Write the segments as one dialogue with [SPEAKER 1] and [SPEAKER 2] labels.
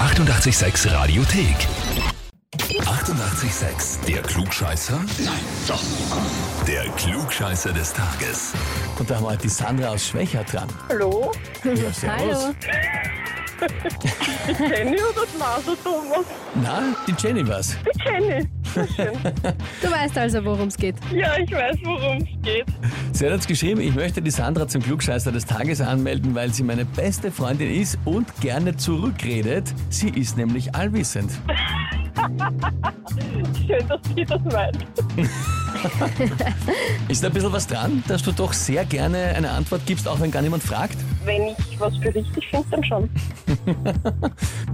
[SPEAKER 1] 886 Radiothek. 88,6. Der Klugscheißer? Nein, doch. Der Klugscheißer des Tages.
[SPEAKER 2] Und da haben wir halt die Sandra aus Schwächer dran.
[SPEAKER 3] Hallo,
[SPEAKER 2] Ja, servus.
[SPEAKER 4] Hallo.
[SPEAKER 3] Jenny oder Blaser Thomas?
[SPEAKER 2] Na, die Jenny was.
[SPEAKER 3] Die Jenny. Na Schön.
[SPEAKER 4] Du weißt also, worum es geht.
[SPEAKER 3] Ja, ich weiß, worum es geht.
[SPEAKER 2] Sie hat uns geschrieben, ich möchte die Sandra zum Klugscheißer des Tages anmelden, weil sie meine beste Freundin ist und gerne zurückredet. Sie ist nämlich allwissend.
[SPEAKER 3] Schön, dass sie das weiß.
[SPEAKER 2] Ist da ein bisschen was dran, dass du doch sehr gerne eine Antwort gibst, auch wenn gar niemand fragt?
[SPEAKER 3] Wenn ich was für richtig finde, dann schon.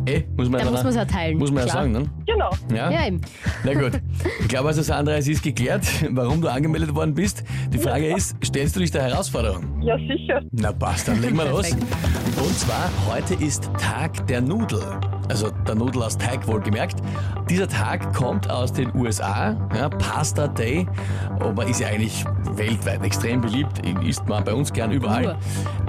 [SPEAKER 2] Eh, muss man,
[SPEAKER 4] Da
[SPEAKER 2] ja-
[SPEAKER 4] muss man's ja teilen,
[SPEAKER 2] Muss man ja
[SPEAKER 4] klar.
[SPEAKER 2] sagen, ne?
[SPEAKER 3] Genau.
[SPEAKER 4] Ja, eben.
[SPEAKER 2] Na gut. Ich glaube also, Sandra, es ist geklärt, warum du angemeldet worden bist. Die Frage ist, stellst du dich der Herausforderung?
[SPEAKER 3] Ja, sicher.
[SPEAKER 2] Na passt, dann legen wir los.
[SPEAKER 4] Perfekt.
[SPEAKER 2] Und zwar, heute ist Tag der Nudel. Also der Nudel aus Teig wohlgemerkt. Dieser Tag kommt aus den USA, ja, Pasta Day, aber ist ja eigentlich weltweit extrem beliebt, isst man bei uns gern überall.
[SPEAKER 4] Nur.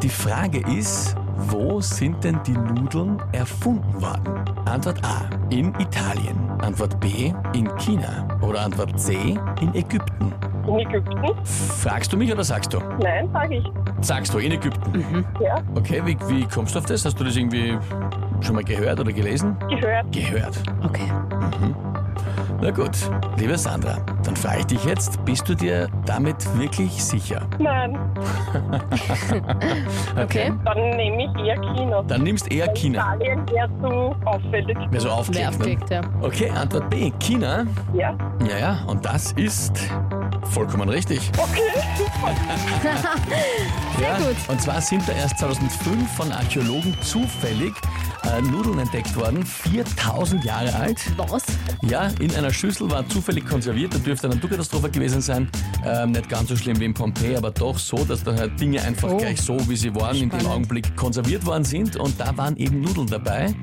[SPEAKER 2] Die Frage ist, wo sind denn die Nudeln erfunden worden? Antwort A, in Italien. Antwort B, in China. Oder Antwort C, in Ägypten.
[SPEAKER 3] In Ägypten?
[SPEAKER 2] Fragst du mich oder sagst du?
[SPEAKER 3] Nein, sage ich.
[SPEAKER 2] Sagst du, in Ägypten.
[SPEAKER 3] Ja,
[SPEAKER 2] Okay, wie, wie kommst du auf das? Hast du das irgendwie schon mal gehört oder gelesen?
[SPEAKER 3] gehört.
[SPEAKER 2] Gehört.
[SPEAKER 4] Okay.
[SPEAKER 2] Na gut, liebe Sandra, dann frage ich dich jetzt, bist du dir damit wirklich sicher?
[SPEAKER 3] Nein,
[SPEAKER 4] Okay.
[SPEAKER 3] dann nehme ich eher China.
[SPEAKER 2] Dann nimmst eher China.
[SPEAKER 3] Italien wäre zu auffällig.
[SPEAKER 2] Wer so aufklickt,
[SPEAKER 4] Wer aufklickt, ja.
[SPEAKER 2] Ne? Okay, Antwort B, China.
[SPEAKER 3] Ja.
[SPEAKER 2] Ja, ja, und das ist vollkommen richtig. ja,
[SPEAKER 4] gut.
[SPEAKER 2] Und zwar sind da erst 2005 von Archäologen zufällig äh, Nudeln entdeckt worden, 4000 Jahre alt.
[SPEAKER 4] Was?
[SPEAKER 2] Ja, in einer Schüssel war zufällig konserviert, da dürfte eine Naturkatastrophe gewesen sein. Ähm, nicht ganz so schlimm wie in Pompeji, aber doch so, dass dann halt Dinge einfach
[SPEAKER 4] Oh.
[SPEAKER 2] gleich so, wie sie waren, in dem
[SPEAKER 4] Spannend.
[SPEAKER 2] Augenblick konserviert worden sind. Und da waren eben Nudeln dabei.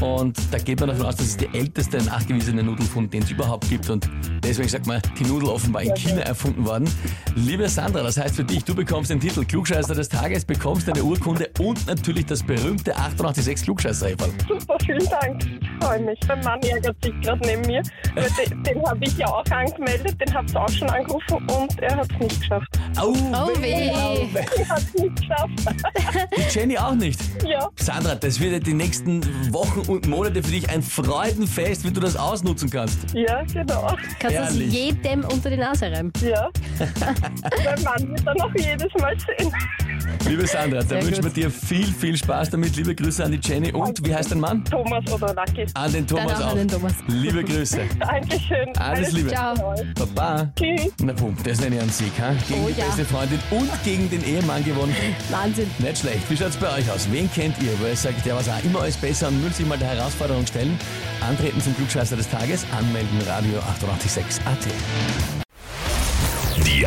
[SPEAKER 2] Und da geht man davon aus, das ist der älteste nachgewiesene Nudelfund, den es überhaupt gibt. Und deswegen sagt man, die Nudel offenbar in China erfunden worden. Liebe Sandra, das heißt für dich, du bekommst den Titel Klugscheißer des Tages, bekommst deine Urkunde und natürlich das berühmte 886 klugscheißer -Eferl.
[SPEAKER 3] Super, vielen Dank. Freue mich. Mein Mann ärgert sich gerade neben mir. Weil den den habe ich ja auch angemeldet, den habt ihr auch schon angerufen und er hat es nicht geschafft.
[SPEAKER 2] Au,
[SPEAKER 4] Oh
[SPEAKER 2] weh.
[SPEAKER 4] weh.
[SPEAKER 3] Er hat es nicht geschafft.
[SPEAKER 2] Die Jenny auch nicht.
[SPEAKER 3] Ja.
[SPEAKER 2] Sandra, das wird ja die nächsten Wochen und Monate für dich ein Freudenfest, wie du das ausnutzen kannst.
[SPEAKER 3] Ja, genau.
[SPEAKER 4] Kannst du das
[SPEAKER 2] Herrlich.
[SPEAKER 4] jedem unter die Nase reiben?
[SPEAKER 3] Ja. mein Mann wird dann auch jedes Mal sehen.
[SPEAKER 2] Liebe Sandra, da
[SPEAKER 4] Sehr
[SPEAKER 2] wünschen wir
[SPEAKER 4] gut.
[SPEAKER 2] dir viel, viel Spaß damit. Liebe Grüße an die Jenny und wie heißt dein Mann?
[SPEAKER 3] Thomas oder Lucky.
[SPEAKER 2] An den
[SPEAKER 4] Dann
[SPEAKER 2] Thomas
[SPEAKER 4] auch
[SPEAKER 2] auch.
[SPEAKER 4] an den Thomas.
[SPEAKER 2] Liebe Grüße.
[SPEAKER 3] Dankeschön.
[SPEAKER 2] Alles Liebe.
[SPEAKER 4] Ciao.
[SPEAKER 2] Baba.
[SPEAKER 3] Tschüss.
[SPEAKER 2] Na pum, das nenne ich einen Sieg, ha? Gegen
[SPEAKER 4] Oh
[SPEAKER 2] die
[SPEAKER 4] ja.
[SPEAKER 2] beste Freundin und gegen den Ehemann gewonnen.
[SPEAKER 4] Wahnsinn.
[SPEAKER 2] Nicht schlecht. Wie schaut's bei euch aus? Wen kennt ihr? Wo ihr sagt, der was auch immer alles besser und müsst sich mal der Herausforderung stellen. Antreten zum Glückscheißer des Tages. Anmelden Radio 886 AT.
[SPEAKER 1] Die